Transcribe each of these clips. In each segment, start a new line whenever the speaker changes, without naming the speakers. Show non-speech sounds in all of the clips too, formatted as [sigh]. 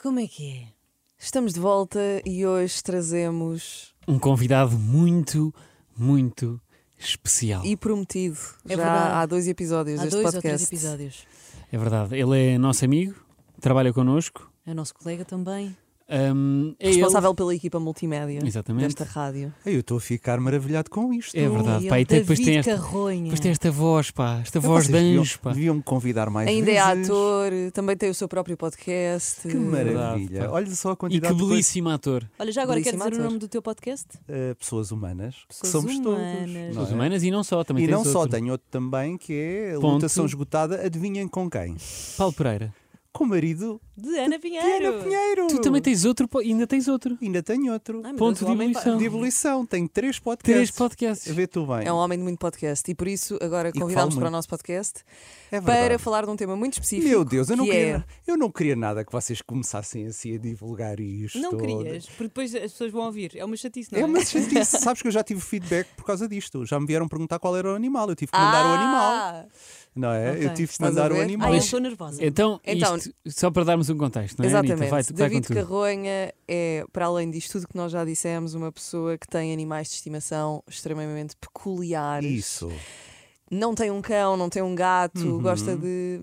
Como é que é? Estamos de volta e hoje trazemos
Um convidado muito, muito especial.
e prometido.
É
já
verdade.
há dois episódios
Há
deste
dois ou
podcast.
três episódios.
É verdade. Ele é nosso amigo, trabalha connosco.
É nosso colega também.
hum, é ele-
Responsável pela equipa multimédia
Exatamente.
desta rádio.
Eu estou a ficar maravilhado com isto.
É verdade,
Ui,
pá,
ele,
e tem- depois
David
tem esta-
Carronha.
Mas tem esta voz, pá. Esta
Eu,
voz
vocês
de anjo,
deviam,
pá.
deviam me convidar mais
Ainda é
vezes.
ator, também tem o seu próprio podcast.
Que maravilha.
Verdade, pá.
Olha só a
E que
quantidade de coisas-
belíssimo ator.
Olha, já agora quer
Belíssimo
dizer o
ator.
nome do teu podcast?
eh, pessoas humanas, que
Pessoas
somos todos.
humanas.
não
Pessoas
é?
humanas e não só. Também
E
tens
não só,
outro.
tenho outro também que é
Ponto.
Lutação Esgotada. Adivinhem com quem?
Paulo Pereira.
Com o marido
De Ana
de
Pinheiro.
Ana Pinheiro.
Tu também tens outro, pá, ainda tens outro.
Ainda tenho outro.
Ai, meu
Ponto
Deus, o
de
homem
ebulição.
pa-
De ebulição, tenho três podcasts.
Três podcasts.
Vê tu bem.
É um homem de muito podcast e por isso agora
que
convidámos
fala
para o
muito.
nosso podcast
É
para
verdade.
falar de um tema muito específico.
Meu Deus, eu não,
que
queria,
é-
eu não queria nada que vocês começassem assim a divulgar isto.
Não querias, porque depois as pessoas vão ouvir. É uma chatice, não é?
É, mas chatice. sabes que eu já tive feedback por causa disto. Já me vieram perguntar qual era o animal. Eu tive que mandar o animal.
Ah!
Não é?
Ok.
Eu tive que
Estás a
mandar o
ver?
Ah,
animal.
eu
Mas-
estou nervosa.
Então,
Então-
isto, só para darmos um contexto, não é, Anita?
Exatamente.
Vai, vai
David
com tudo.
Carronha é, para além disto tudo que nós já dissemos, uma pessoa que tem animais de estimação extremamente peculiares.
Isso.
Não tem um cão, não tem um gato,
Uhum.
gosta de,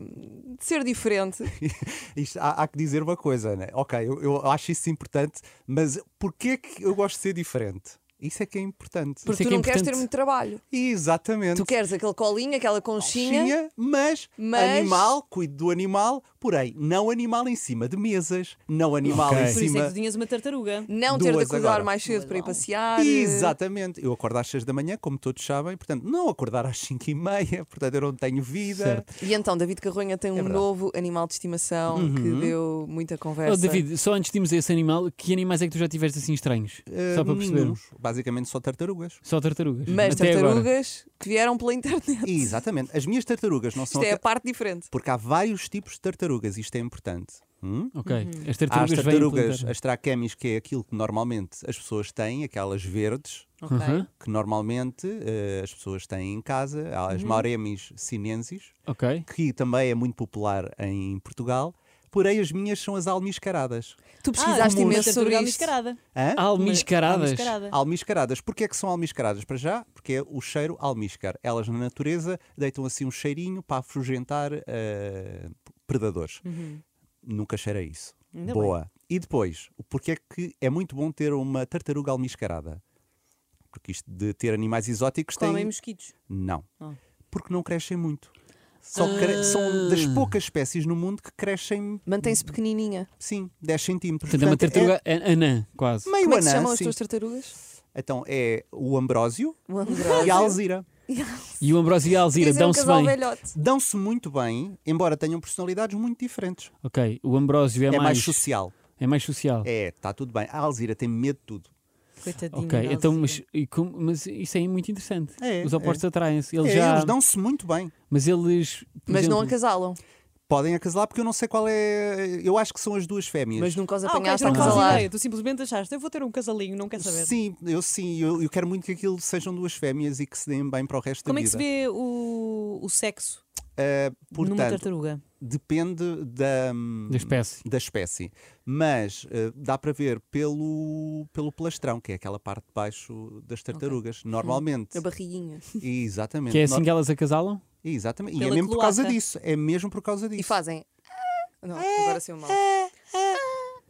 de ser diferente.
é
Isto- há, há que dizer uma coisa, né? Ok, eu, eu acho isso importante, mas porquê é que eu gosto de ser diferente? Isso é que é importante.
Porque
é
tu
que é
não queres ter
importante.
muito trabalho.
Exatamente.
Tu queres aquele colinho, aquela conchinha.
Tinha, mas,
Mas-
animal, cuido do animal, porém, não animal em cima de mesas, não animal
Ok.
em
Por isso é que
cima.
tu tinhas uma tartaruga. Ah,
Não ter de
Duas
acordar
agora.
mais cedo
Duas
para ir
lá.
passear.
Exatamente, eu acordo às 6 da manhã, como todos sabem, portanto, não acordar às 5 e meia, [laughs] portanto, eu não tenho vida.
Certo.
E então, David Carronha
É
tem um
verdade.
novo animal de estimação que deu muita conversa.
Uhum. Oh, David, só antes de irmos a esse animal, que animais é que tu já tiveste assim estranhos?
Eh,
só para percebermos.
nenhuns. Basicamente só tartarugas.
Só tartarugas.
Mas
Até agora.
tartarugas que vieram pela internet.
Exatamente. As minhas tartarugas não são.
Isto é a
aca-
parte diferente.
Porque há vários tipos de tartarugas, isto é importante. Hum?
Ok.
Uhum.
As
Há as
tartarugas, vêm
tartarugas,
pela
as traquemis, que é aquilo que normalmente as pessoas têm, aquelas verdes,
Ok.
Aham.
que normalmente eh, as pessoas têm em casa. Há
Uhum.
as mauremis sinensis,
Ok.
que também é muito popular em Portugal. Porém, as minhas são as almiscaradas.
Tu
Ah,
pesquisaste
uma
imenso sobre
tartaruga
isto.
Almiscarada.
Ah,
Hã?
Almiscaradas.
Almiscarada.
Almiscaradas. Porquê é que são almiscaradas? Para já, porque é o cheiro almiscar. Elas na natureza deitam assim um cheirinho para afugentar eh, predadores.
Uhum.
Nunca cheira isso.
Ainda
Boa. E depois, o porquê é que é muito bom ter uma tartaruga almiscarada? Porque isto de ter animais exóticos
Comem
tem...
mosquitos.
Não.
Ah.
Porque não crescem muito. Só cre- São
Ah.
das poucas espécies no mundo que crescem,
Uhum.
Mantém-se pequenininha.
sim, 10 centímetros.
Portanto, é uma
Portanto,
[laughs]
tartaruga an- anã, quase.
meio
Como é que se
anã,
chamam as
sim.
tuas tartarugas?
Então é o Ambrósio
O
e a
Ambrósio.
Alzira.
E o Ambrósio e a Alzira
Dizem um
dão-se
casal
bem.
velhote.
Dão-se muito bem, embora tenham personalidades muito diferentes.
Ok. O Ambrósio é,
É, mais...
mais
social.
É mais social.
É, está tudo bem. A Alzira tem medo de tudo.
Coitadinho.
Ok, então,
Ah,
mas, e como- mas isso aí é muito interessante.
É,
Os opostos atraem-se. Eles
É,
já.
Eles dão-se muito bem.
Mas eles. por
Mas não
exemplo,
acasalam.
Podem acasalar porque eu não sei qual é. Eu acho que são as duas fêmeas.
Mas nunca os
Ah, ok, tu
apanhaste um a
não fazes
acasalar.
ideia. Tu simplesmente achaste, eu vou ter um casalinho, não quero saber.
Sim, eu sim, eu, eu quero muito que aquilo sejam duas fêmeas e que se deem bem para o resto
Como
da
é que se
vida.
vê o, o sexo
Ah,
numa
portanto,
tartaruga?
depende da,
Da espécie.
da espécie. Mas eh, dá para ver pelo, pelo plastrão, que é aquela parte de baixo das tartarugas, normalmente.
A barriguinha.
Exatamente.
Que é
No-
assim que elas acasalam?
Exatamente. E é
Pela
mesmo por causa
cloaca.
disso. É mesmo por causa disso.
E fazem. "Ah, Não, agora saiu mal.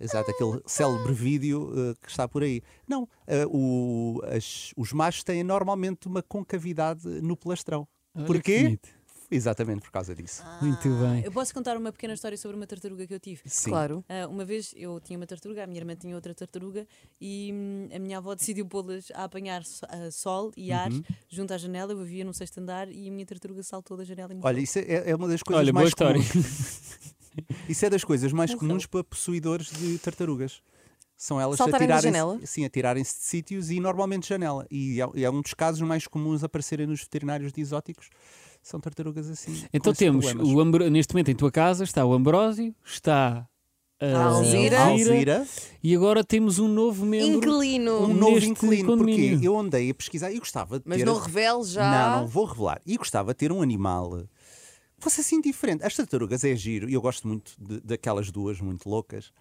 Exato, aquele célebre vídeo eh, que está por aí. Não, eh, o- as- os machos têm normalmente uma concavidade no plastrão.
Olha que
Porquê?
bonito. Ah.
Exatamente por causa disso.
Ah,
Muito bem.
Eu posso contar uma pequena história sobre uma tartaruga que eu tive?
Sim.
Claro.
Ah, uma vez eu tinha uma tartaruga, a minha irmã tinha outra tartaruga e hum, a minha avó [laughs] decidiu pô-las a apanhar so- ah, sol e ar
Uhum.
junto à janela. Eu vivia num sexto andar e a minha tartaruga saltou da janela e morreu.
Olha, isso é, é uma das coisas
Olha, boa
mais
história.
comuns.
[laughs]
Isso é das coisas mais
Morreu.
comuns para possuidores de tartarugas. São elas
Saltarem da
a
janela?
tirarem sim, a tirarem-se de sítios e normalmente janela. E é, é um dos casos mais comuns a aparecerem nos veterinários de exóticos. São tartarugas assim. com
Então
esses
temos,
problemas.
o Ambro- neste momento em tua casa está o Ambrósio, está
A Alzira.
Alzira.
e agora temos um novo membro.
Inquilino.
um novo
neste
inquilino.
condomínio.
Porque eu andei a pesquisar e gostava de
Mas
ter. um
não revele já.
Não, não vou revelar. E gostava de ter um animal que fosse assim diferente. As tartarugas é giro e eu gosto muito de- daquelas duas muito loucas.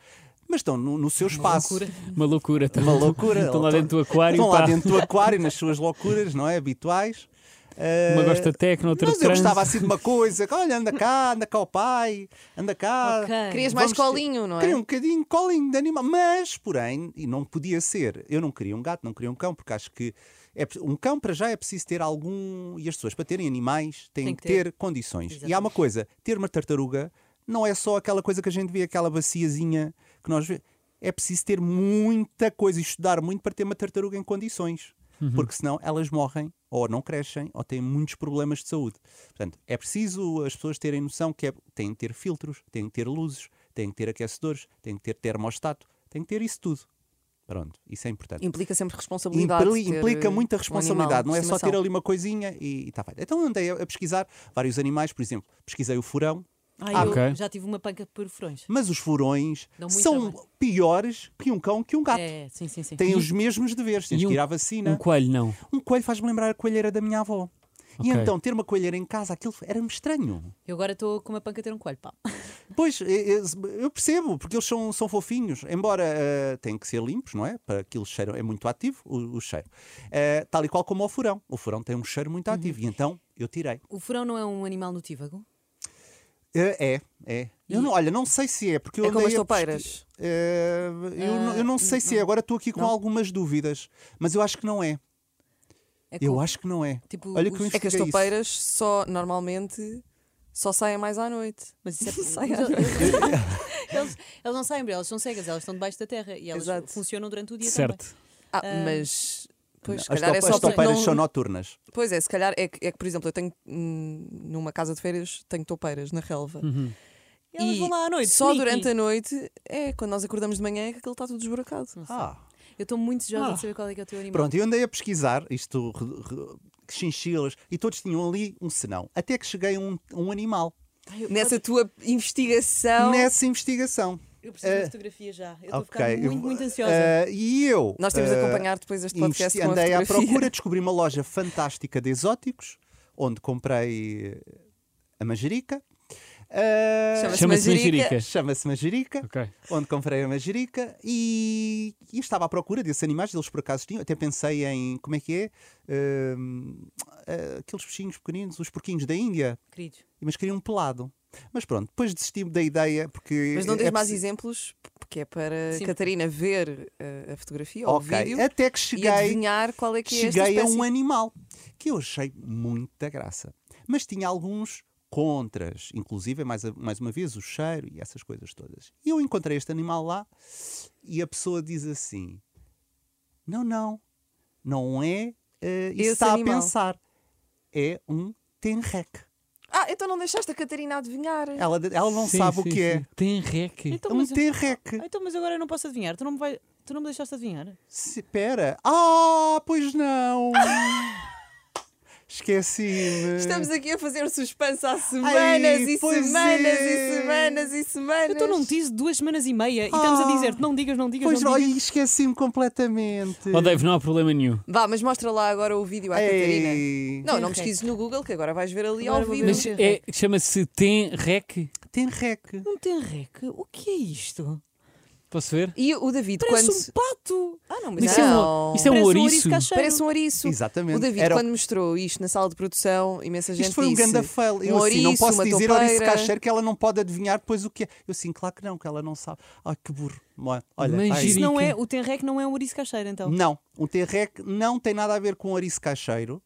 mas estão no, no seu espaço.
loucura.
Uma loucura. Estão,
Uma loucura. tá.
Estão lá dentro do aquário. tá?
Estão lá
pá.
dentro
[laughs]
do aquário, nas suas loucuras, não é? Habituais. Eh,
Uma gosta de tecno, outra
mas
de
eu
trance.
gostava assim de uma coisa, que, olha, anda cá, anda cá o pai, anda cá.
Ok.
Querias mais
Vamos ter-
colinho, não é?
Queria um bocadinho colinho de animal, mas, porém, e não podia ser. Eu não queria um gato, não queria um cão, porque acho que é, pre- um cão para já é preciso ter algum. E as pessoas, para terem animais, têm
Tem
que
que
ter, condições. E há uma coisa: ter uma tartaruga não é só aquela coisa que a gente vê, aquela baciazinha que nós vemos. É preciso ter muita coisa e estudar muito para ter uma tartaruga em condições. Porque senão elas morrem, ou não crescem, ou têm muitos problemas de saúde. Portanto, é preciso as pessoas terem noção que é, têm que ter filtros, têm que ter luzes, têm que ter aquecedores, têm que ter termostato, têm que ter isso tudo. Pronto, isso é importante.
Implica sempre responsabilidade.
Impli-
ter,
implica
eh,
muita
um
responsabilidade,
animal de
não é só ter
estimação.
ali uma coisinha e está feito. Então andei a, a pesquisar vários animais, por exemplo, pesquisei o furão,
Ai,
Ah,
eu
ok.
já tive uma panca por furões.
mas um os furões
Dão muito
são
trabalho.
piores que um cão que um gato.
É, sim, sim, sim.
Têm os mesmos deveres, tens
E
que
um-
ir à
Um
vacina.
coelho, não.
Um coelho faz-me lembrar a coelheira da minha avó. E
Ok.
então ter uma coelheira em casa, aquilo era-me estranho.
Eu agora estou com uma panca a ter um coelho. Pá.
Pois, é- é- eu percebo, porque eles são, são fofinhos, embora eh, têm que ser limpos, não é? Para aquilo cheiro é muito ativo, o, o cheiro. Eh, tal e qual como o furão. O furão tem um cheiro
Uhum.
muito ativo, e então eu tirei.
O furão não é um animal notívago?
Eh, é, é. Eu não, olha, não sei se é, porque eu
É como
andei
as Ah,
a pesqui-
toupeiras.
Eh, eu, não- eu não sei se é, agora estou aqui com algumas dúvidas, mas eu acho que não é.
É
Eu
co-
acho que não é.
Tipo,
olha que eu
os-
É que as
investiguei isso.
toupeiras só, normalmente, só saem mais à noite.
Mas isso
[laughs]
é
Sai
mas
à
eles- eles, eles não saem, elas são cegas, elas estão debaixo da terra e elas
Exato.
funcionam durante o dia. também.
Certo.
Ah, mas. Pois, se
As,
calhar
toupe-
é
as
só porque
toupeiras
não-
são noturnas.
Pois é, se calhar é que, é que, por exemplo, eu tenho hum, numa casa de férias, tenho toupeiras na relva.
Uhum.
E elas vão lá à noite.
Só durante a noite é quando nós acordamos de manhã é que aquilo está tudo esburacado.
Ah.
Eu estou muito desejosa de saber qual é que é o teu animal.
Pronto, eu andei a pesquisar isto, re- re- chinchilas, e todos tinham ali um senão. Até que cheguei a um, um animal
Ai, eu,
Nessa tua investigação,
nessa investigação.
eu preciso de
eh,
uma fotografia já. Eu estou a
Ok,
ficar
eu-
muito, muito ansiosa.
eh, e eu.
nós temos de
eh,
acompanhar depois este podcast
investi-
com a
Andei à
fotografia.
procura, descobri uma loja fantástica de exóticos, onde comprei eh, a manjerica. Eh,
Chama-se
Chama-se
Manjerica.
manjerica.
[laughs] Chama-se manjerica.
Ok.
onde comprei a manjerica e, e estava à procura desses animais, eles por acaso tinham. Até pensei em como é que é hum, ah, aqueles peixinhos pequeninos, os porquinhos da Índia,
Queridos.
mas queria um pelado. Mas pronto, depois desisti da ideia
[laughs]
porque.
Mas não
é
tens mais
preciso-
exemplos, porque é para
Sim.
Catarina ver eh, a fotografia ou o
Ok,
vídeo
até que
e
cheguei,
adivinhar qual é que é esta
cheguei a
espécie.
um animal que eu achei muita graça, mas tinha alguns contras, inclusive, mais, a- mais uma vez, o cheiro e essas coisas todas. E eu encontrei este animal lá e a pessoa diz assim: Não, não, não é eh, isso
Esse
está
animal.
a pensar. É um tenrec.
Ah, então não deixaste a Catarina adivinhar.
Ela, ela não
Sim,
sabe o
sim,
que
sim.
é.
Tem rec.
Então,
Um
mas eu-
tenrec.
Ah, então, mas agora eu não posso adivinhar. Tu não me, vai... tu não me deixaste adivinhar?
Se- Espera. Ah,
[laughs]
pois não. Esqueci-me.
Estamos aqui a fazer suspense há semanas e
pois
semanas
é.
e semanas e semanas.
Eu estou num tease de duas semanas e meia e estamos a
Ah.
dizer-te: não digas, não digas,
Pois
não
não,
digas.
e esqueci-me completamente.
Ó, Oh, Dave, não há problema nenhum.
Vá, mas mostra lá agora o vídeo à Catarina.
Ei, é
Não, não
Tem
pesquises no Google, que agora vais ver ali
Agora
ao
vou
vivo.
ver.
Mas é, chama-se Tem Rec.
Tem rec.
Um tenrec? O que é isto?
Posso ver?
E o David,
Parece
quando.
um pato! Ah, não, mas
Mas
Isso é um-
Não.
isso
Parece
é um
um
ouriço.
ouriço cacheiro.
Parece um ouriço.
Exatamente.
O David,
Era-
quando mostrou isto na sala de produção, imensa gente
Isto foi um
disse,
grande fail. Eu
um
assim, não
ouriço,
posso
uma
dizer
toupeira.
Ouriço Cacheiro que ela não pode adivinhar depois o que é. Eu assim, claro que não, que ela não sabe. Ai, que burro. Mo- Olha,
Mas
ai, Hum.
Isso
giro.
não
Rica.
é, o tenrec não é um ouriço cacheiro, então.
não, o T-Rec não tem nada a ver com Ouriço Cacheiro.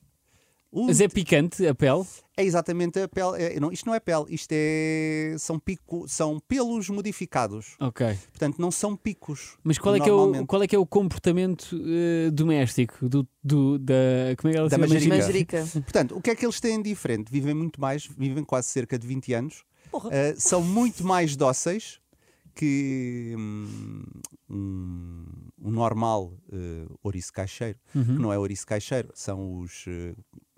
O-
Mas é picante a pele.
É exatamente a pele. é- não, isto não é pele, isto é. São, pico, são pelos modificados.
Ok.
Portanto, não são picos.
Mas qual é que é o,
normalmente.
qual é que é o comportamento eh, doméstico do, do- da como é que ela se
Da
chama?
manjerica.
Manjerica.
Portanto, o que é que eles têm de diferente? Vivem muito mais, vivem quase cerca de 20 anos.
Porra.
Uh, são muito mais dóceis que hum, um, um normal uh, ouriço caixeiro,
Uhum.
que não é ouriço caixeiro, são os. uh,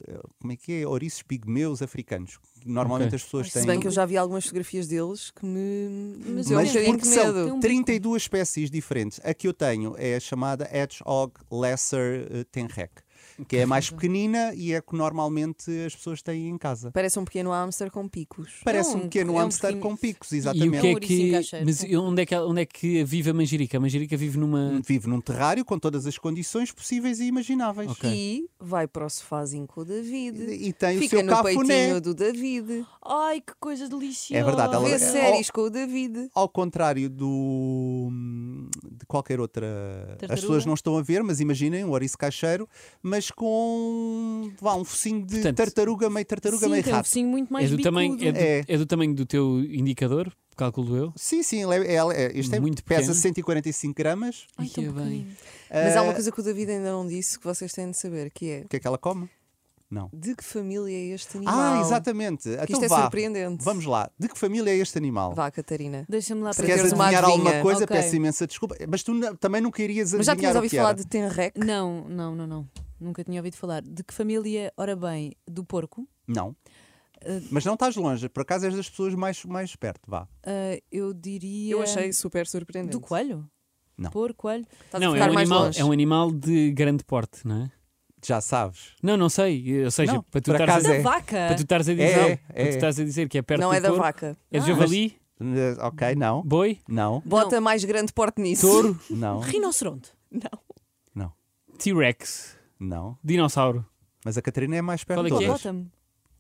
uh, como é que é? Ouriços pigmeus africanos. que Normalmente
Ok.
as pessoas
Se
têm.
bem que eu já vi algumas fotografias deles que me.
Mas
deu
eu
um
Mas
tenho
bocadinho
porque
de
são
medo.
um bico.
32 espécies diferentes. A que eu tenho é a chamada Hedgehog Lesser uh, Tenrec. que é a mais pequenina e é que normalmente as pessoas têm em casa.
Parece um pequeno hamster com picos.
Parece um
um-
pequeno
é um
hamster
pequeno-
com picos,
E o que é
exatamente.
Um ouriço
que.
encaixeiro.
Mas onde é que, ela- onde é que vive a manjerica? A manjerica vive numa.
Vive num terrário com todas as condições possíveis e imagináveis.
Ok.
E vai para o sofazinho com o David.
E, e tem
Fica
o seu
no peitinho
cafuné.
do David.
Ai, que coisa deliciosa.
É verdade, ela-
Vê
é-
séries com o David.
Ao contrário do de qualquer outra.
Tartaruga?
As pessoas não estão a ver, mas imaginem um ouriço caixeiro, mas com vá, um focinho de
Portanto,
tartaruga, meio tartaruga,
Sim,
meio
tem um
rato.
focinho muito
É
mais
do, tamanho,
bicudo.
é, do,
É.
é do tamanho do teu indicador, calculo eu.
Sim, sim, ele é, ele é- este é
Muito
pesa
pequeno.
145 gramas.
Ai, tão
Ia é bem.
pequenino.
Mas há uma
Eh,
coisa que o David ainda não disse que vocês têm de saber, que é
O que é que ela come? Não.
de que família é este
Ah,
animal?
exatamente.
Que
Então
Isto é
vá.
surpreendente.
Vamos lá. De que família é este animal?
Vá, Catarina.
Deixa-me lá
Se
Se
para
queres
Teres uma
adivinhar alguma
adivinha.
coisa,
Ok.
peço imensa desculpa. Mas tu não- também nunca irias adivinhar
Mas já tinhas
o
ouvido
que
falar
era.
de Tenrec?
Não, não, não, não. Nunca tinha ouvido falar. De que família, ora bem, do porco?
Não.
Eh,
Mas não estás longe. Por acaso és das pessoas mais, mais perto, vá.
Ah, eu diria.
é-
Eu achei super surpreendente.
Do coelho?
Não.
Porco, coelho.
Estás a
não, é
ficar
um,
mais
animal,
longe.
é um animal de grande porte, não é?
Já sabes.
Não, não sei. Ou seja,
Não,
para tu
por
estares
acaso
a,
Da
é.
vaca!
para tu estares a dizer,
É, é,
para tu estares a dizer que é perto
Não
do
é da
porco,
vaca.
É de
Ah.
javali,
Eh, Ok, não.
boi,
Não.
Bota mais grande porte nisso. [laughs]
touro,
Não.
Rinoceronte.
Não.
Não.
T-Rex,
Não.
dinossauro,
Mas a Catarina é mais perto
Qual é
de
que é?
todas.
Hipopótamo.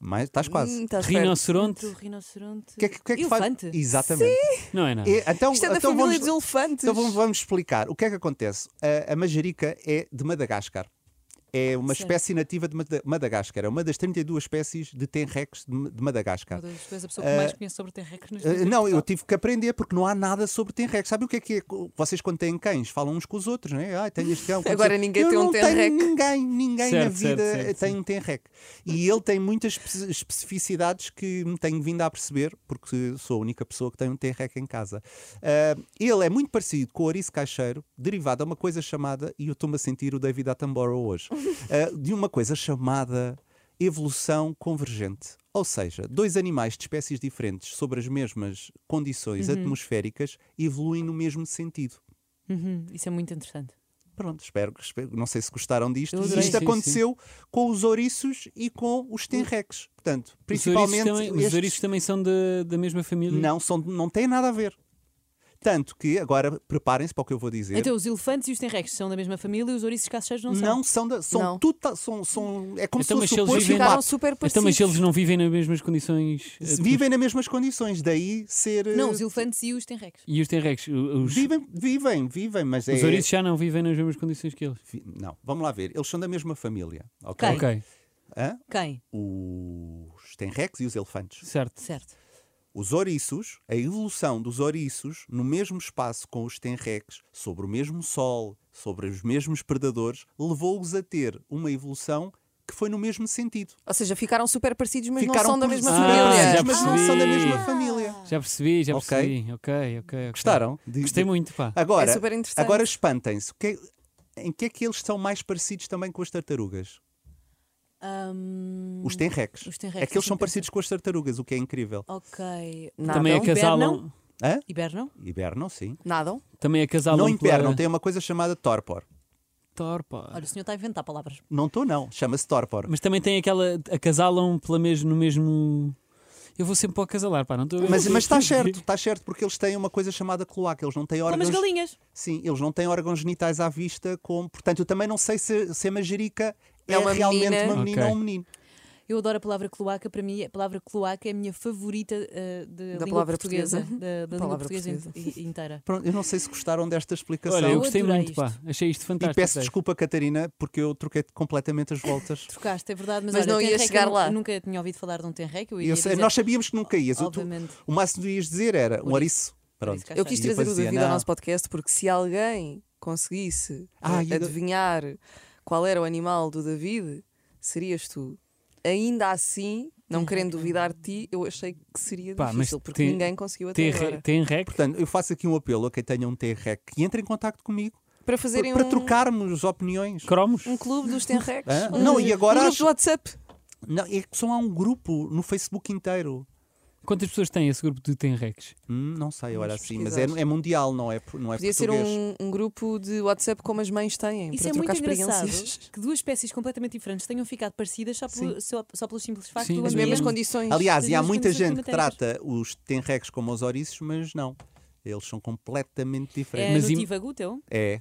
Mais, estás
Hum,
quase.
estás perto.
rinoceronte.
Do rinoceronte.
O que é que, o que, é que faz?
Elefante.
Exatamente.
Não é nada.
E, então,
Isto é da
então
família
vamos,
dos elefantes.
Então vamos, vamos explicar. O que é que acontece? A, a manjerica é de Madagascar. É uma
Certo.
espécie nativa de Mada- Madagascar. É uma das 32 espécies de Tenrex de, de Madagascar.
Meu Deus, tu és a pessoa que mais conhece sobre T-Rex neste
Uh,
momento.
Ah, não, eu tive que aprender porque não há nada sobre Tenrex. Sabe o que é que é? Vocês, quando têm cães, falam uns com os outros, né? Ah, tenho este cão.
[laughs]
quando
Agora
sei-
ninguém
eu
tem um
não
Tenrec.
Tenho ninguém, ninguém na
Certo, certo,
vida
certo,
tem
sim.
um Tenrec. E ele tem muitas espe- especificidades que me tenho vindo a perceber, porque sou a única pessoa que tem um Tenrec em casa. Ah, ele é muito parecido com o ouriço caixeiro, derivado a uma coisa chamada, e eu estou-me a sentir o David
[laughs]
Attenborough hoje, ah, de uma coisa chamada evolução convergente. Ou seja, dois animais de espécies diferentes sobre as mesmas condições
Uhum.
atmosféricas evoluem no mesmo sentido.
Uhum, isso é muito interessante.
Pronto, espero que espero- não sei se gostaram disto.
Eu
E
adorei.
Isto
Sim, sim,
aconteceu com os ouriços e com os tenrecs. Portanto,
Os ouriços
principalmente
também- Os
estes-
ouriços também são da, da mesma família?
não são não têm nada a ver. Tanto que agora preparem-se para o que eu vou dizer.
Então, os elefantes e os T-Rex são da mesma família e os ouriços cacheiros não, são.
não são da, são,
Não.
tuta- são, são é
Então,
como se
mas se
fosse
eles
o porco e o
vivem-
Ficaram
pato.
super parecidos.
Então, mas eles não vivem nas mesmas condições. eh,
Vivem nas mesmas condições, daí ser
Não,
eh,
os elefantes e os T-Rex.
eh, E os T-Rex, o- os,
vivem, vivem, vivem, mas
os
é
ouriços já não vivem nas mesmas condições que eles.
Fi- Não, vamos lá ver. Eles são da mesma família, ok?
Ok.
Ok,
Hã?
Quem?
Os tenrecs e os elefantes.
certo.
Certo.
Os ouriços, a evolução dos ouriços no mesmo espaço com os tenrecs, sobre o mesmo sol, sobre os mesmos predadores, levou-os a ter uma evolução que foi no mesmo sentido.
Ou seja, ficaram super parecidos, mas não
Ficaram
são da
por-
mesma
super
Ah,
família.
parecidos,
já
mas não são da
percebi.
mesma família.
Já percebi, já
Ok.
percebi. Ok, ok. ok.
Gostaram? Ah, De-
Gostei
de-
muito, pá.
Agora,
É super interessante.
agora espantem-se. O que é- Em que é que eles são mais parecidos também com as tartarugas?
Ahm,
Hum,
Os tenrecs.
Os tenrecs,
É que eles
sim,
são
pensei.
parecidos com as tartarugas, o que é incrível.
Ok.
Nada.
é
Também
um
Nadam,
acasalam,
Hã?
Hibernam?
Hibernam, sim.
Nadam.
também acasalam
não impernam,
pela...
tem uma coisa chamada torpor.
Thor, pá.
Olha, o senhor está a inventar palavras.
Não estou, não. Chama-se torpor.
Mas também tem aquela. Acasalam pela mesmo, no mesmo. Eu vou sempre para o acasalar, pá. Não tô...
Mas,
[laughs]
mas está certo, está certo, porque eles têm uma coisa chamada cloaca. Eles não têm
Como
órgãos.
as galinhas.
Sim, eles não têm órgãos genitais à vista. Como... Portanto, eu também não sei se, se a manjerica é,
É uma
realmente
menina.
uma menina
Ok.
ou um menino.
Eu adoro a palavra cloaca. Para mim, a palavra cloaca é a minha favorita ah, de língua
palavra
portuguesa.
portuguesa.
Da, da língua
Palavra
portuguesa, in- inteira.
Pronto, eu não sei se gostaram desta explicação.
Olha, eu
Eu
gostei
adorei
muito, pá. Achei isto fantástico.
E peço
sei.
desculpa, Catarina, porque eu troquei completamente as voltas.
Trocaste, é verdade, mas,
Mas
olha,
não ia
Tenrec eu
chegar
nu-
lá.
Eu nunca tinha ouvido falar de um Tenrec. Eu ia
Eu sei-
dizer,
nós sabíamos que nunca ias. Eu tu-
obviamente.
O máximo que ias dizer era um ouriço. Pronto.
Ouriço caixeiro.
Eu quis
E
trazer o
depois dizia,
David ao
"Não."
nosso podcast porque se alguém conseguisse eh,
Ah, e o da-
adivinhar qual era o animal do David, serias tu. Ainda assim, não querendo duvidar de ti, eu achei que seria
Pá, mas
difícil porque
tem-
ninguém conseguiu até
Tem,
agora.
re... tem rec.
Portanto, eu faço aqui um apelo a quem tenha um T-REC e entre em contato comigo
Para
para,
fazerem
para
um,
trocarmos opiniões.
Cromos.
um clube dos Tenrecs.
Hã?
um,
Não, e agora
um grupo
acho- é
do WhatsApp.
Não, é que só há um grupo no Facebook inteiro.
Quantas pessoas tem esse grupo de Tenrecs?
Hum, não sei, olha
Vamos
assim, mas é,
pesquisar.
é mundial, não é, não é
Podia
português.
ser um, um grupo de WhatsApp como as mães têm.
Isso
para
é muito
trocar
engraçado
[laughs]
[laughs]
experiências.
que duas espécies completamente diferentes tenham ficado parecidas só, pelo, só, só pelo simples facto
Sim, é
do
As
As
ambiente.
mesmas
Sim.
condições.
Aliás,
das
e há
duas
muita
condições
gente que
climatéricas.
trata os tenrecs como os ouriços, mas não. Eles são completamente
É
diferentes.
Mas im-
no Tivago teu?
É.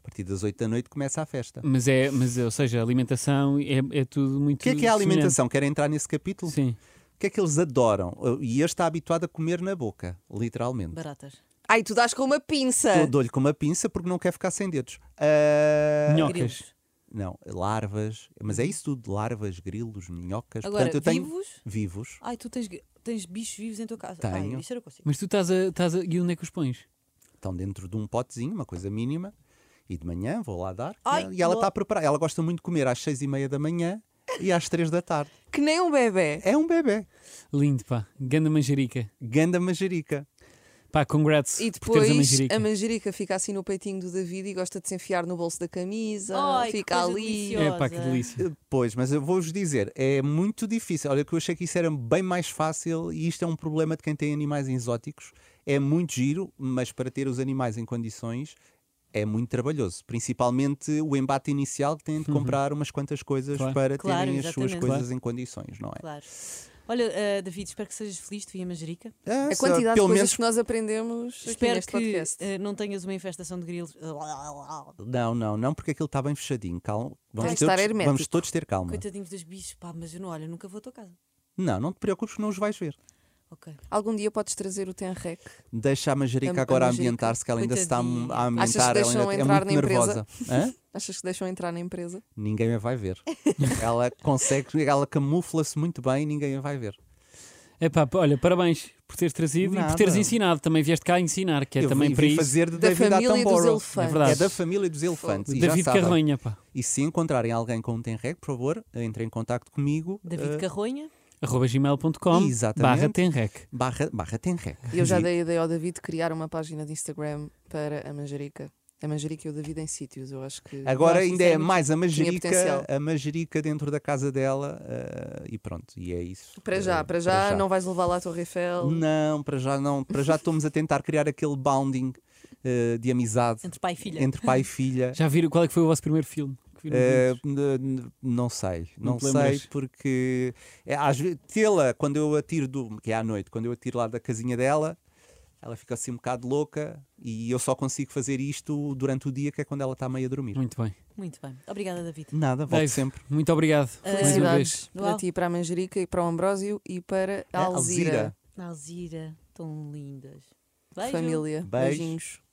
A partir das 8 da noite começa a festa.
Mas é, mas, ou seja, a alimentação é, é tudo muito.
O que é que é a
semelhante.
alimentação? Querem entrar nesse capítulo?
Sim.
O que é que eles adoram? E este está habituado a comer na boca, literalmente.
Baratas.
Ai, tu dás com uma pinça.
Eu Dou-lhe com uma pinça porque não quer ficar sem dedos. Ah,
Minhocas.
Grilos.
Não, larvas. Mas é isso tudo: larvas, grilos, minhocas.
Uhum. Agora,
Portanto, eu tenho.
vivos?
Vivos.
Ai, tu tens, tens bichos vivos em tua casa.
Tenho.
Ai, isso eu não consigo.
Mas tu estás a, estás a. E onde é que os pões?
Estão dentro de um potezinho, uma coisa mínima. E de manhã vou lá dar.
Ai,
e ela
lo-
está a preparar. Ela gosta muito de comer às seis e meia da manhã e às três da tarde.
Que nem um bebê.
É um bebê.
Lindo, pá. Ganda manjerica.
Ganda manjerica.
Pá, congrats
E
por
depois
teres a
a
manjerica.
manjerica. fica assim no peitinho do David e gosta de se enfiar no bolso da camisa.
Ai, que
fica
coisa
ali.
deliciosa.
É pá, que delícia.
Eh, Pois, mas eu vou-vos dizer, é muito difícil. Olha, que eu achei que isso era bem mais fácil e isto é um problema de quem tem animais exóticos. É muito giro, mas para ter os animais em condições é muito trabalhoso. Principalmente o embate inicial, que têm de comprar umas quantas coisas
Claro.
para
Claro,
terem as suas
exatamente.
coisas em condições, não é?
Claro. Olha, ah, David, espero que sejas feliz, tu e a manjerica.
Ah,
A
se-
quantidade de
pelo
coisas
menos
que nós aprendemos aqui
Espero
neste
que
podcast.
ah, não tenhas uma infestação de grilos.
Não, não, não, porque aquilo está bem fechadinho. Calma. Vamos,
estar
todos,
hermético.
vamos todos ter calma.
Coitadinhos dos bichos, pá, mas eu não olho, nunca vou à tua casa.
Não, não te preocupes, que não os vais ver.
Ok.
Algum dia podes trazer o Tenrec.
Deixa a manjerica
A- a
agora
manjerica.
ambientar-se, que ela ainda se está a
Coitadinha.
a
Achas que
ambientar, ela
deixam
ainda é
entrar
muito
na empresa?
nervosa. Hã?
Achas que deixam entrar na empresa?
Ninguém a
[laughs]
vai ver. Ela consegue, ela camufla-se muito bem e ninguém a vai ver.
É pá, olha, parabéns por teres trazido e
Nada.
por teres ensinado. Também vieste cá ensinar, que é
Eu
também
vim,
para
vim
isso.
fazer de
Da
David
família dos
Attenborough.
elefantes.
É verdade.
É da família dos elefantes. E já
David
sabem.
Carronha, pá.
E se encontrarem alguém com um tenreg, por favor, entrem em contato comigo.
David
eh,
Carronha,
Arroba gmail.com
Exatamente.
barra tenrec.
barra, barra tenreg.
E Eu já
E-
dei a ideia ao David de criar uma página de Instagram para a manjerica. A manjerica e o David em sítios, eu acho que.
acho
Agora
que
ainda
isso
é
é muito-
mais a
potencial.
manjerica, a manjerica dentro da casa dela eh, e pronto, e é isso.
Para
Eh,
já, para já, não vais levar lá a Torre Eiffel.
Não, para já não. Para já estamos a tentar criar aquele bounding eh, de amizade
entre pai e filha.
entre pai e filha.
[laughs] Já viram qual é que foi o vosso primeiro filme? Que viram
Eh,
juntos?
n- n- não sei,
Não
não,
te
sei
lembras?
porque é, às vezes tê-la quando eu atiro do que é à noite, quando eu atiro lá da casinha dela, ela fica assim um bocado louca e eu só consigo fazer isto durante o dia que é quando ela está meio a dormir.
Muito bem.
Muito bem. Obrigada, David.
Nada, volto
Dave,
sempre.
Muito obrigado.
Eh,
Mais uma vez. É
Felicidades para ti, para a manjerica e para o Ambrósio e para a Alzira.
Alzira, tão lindas. Beijo.
Família.
Beijo.
Beijinhos.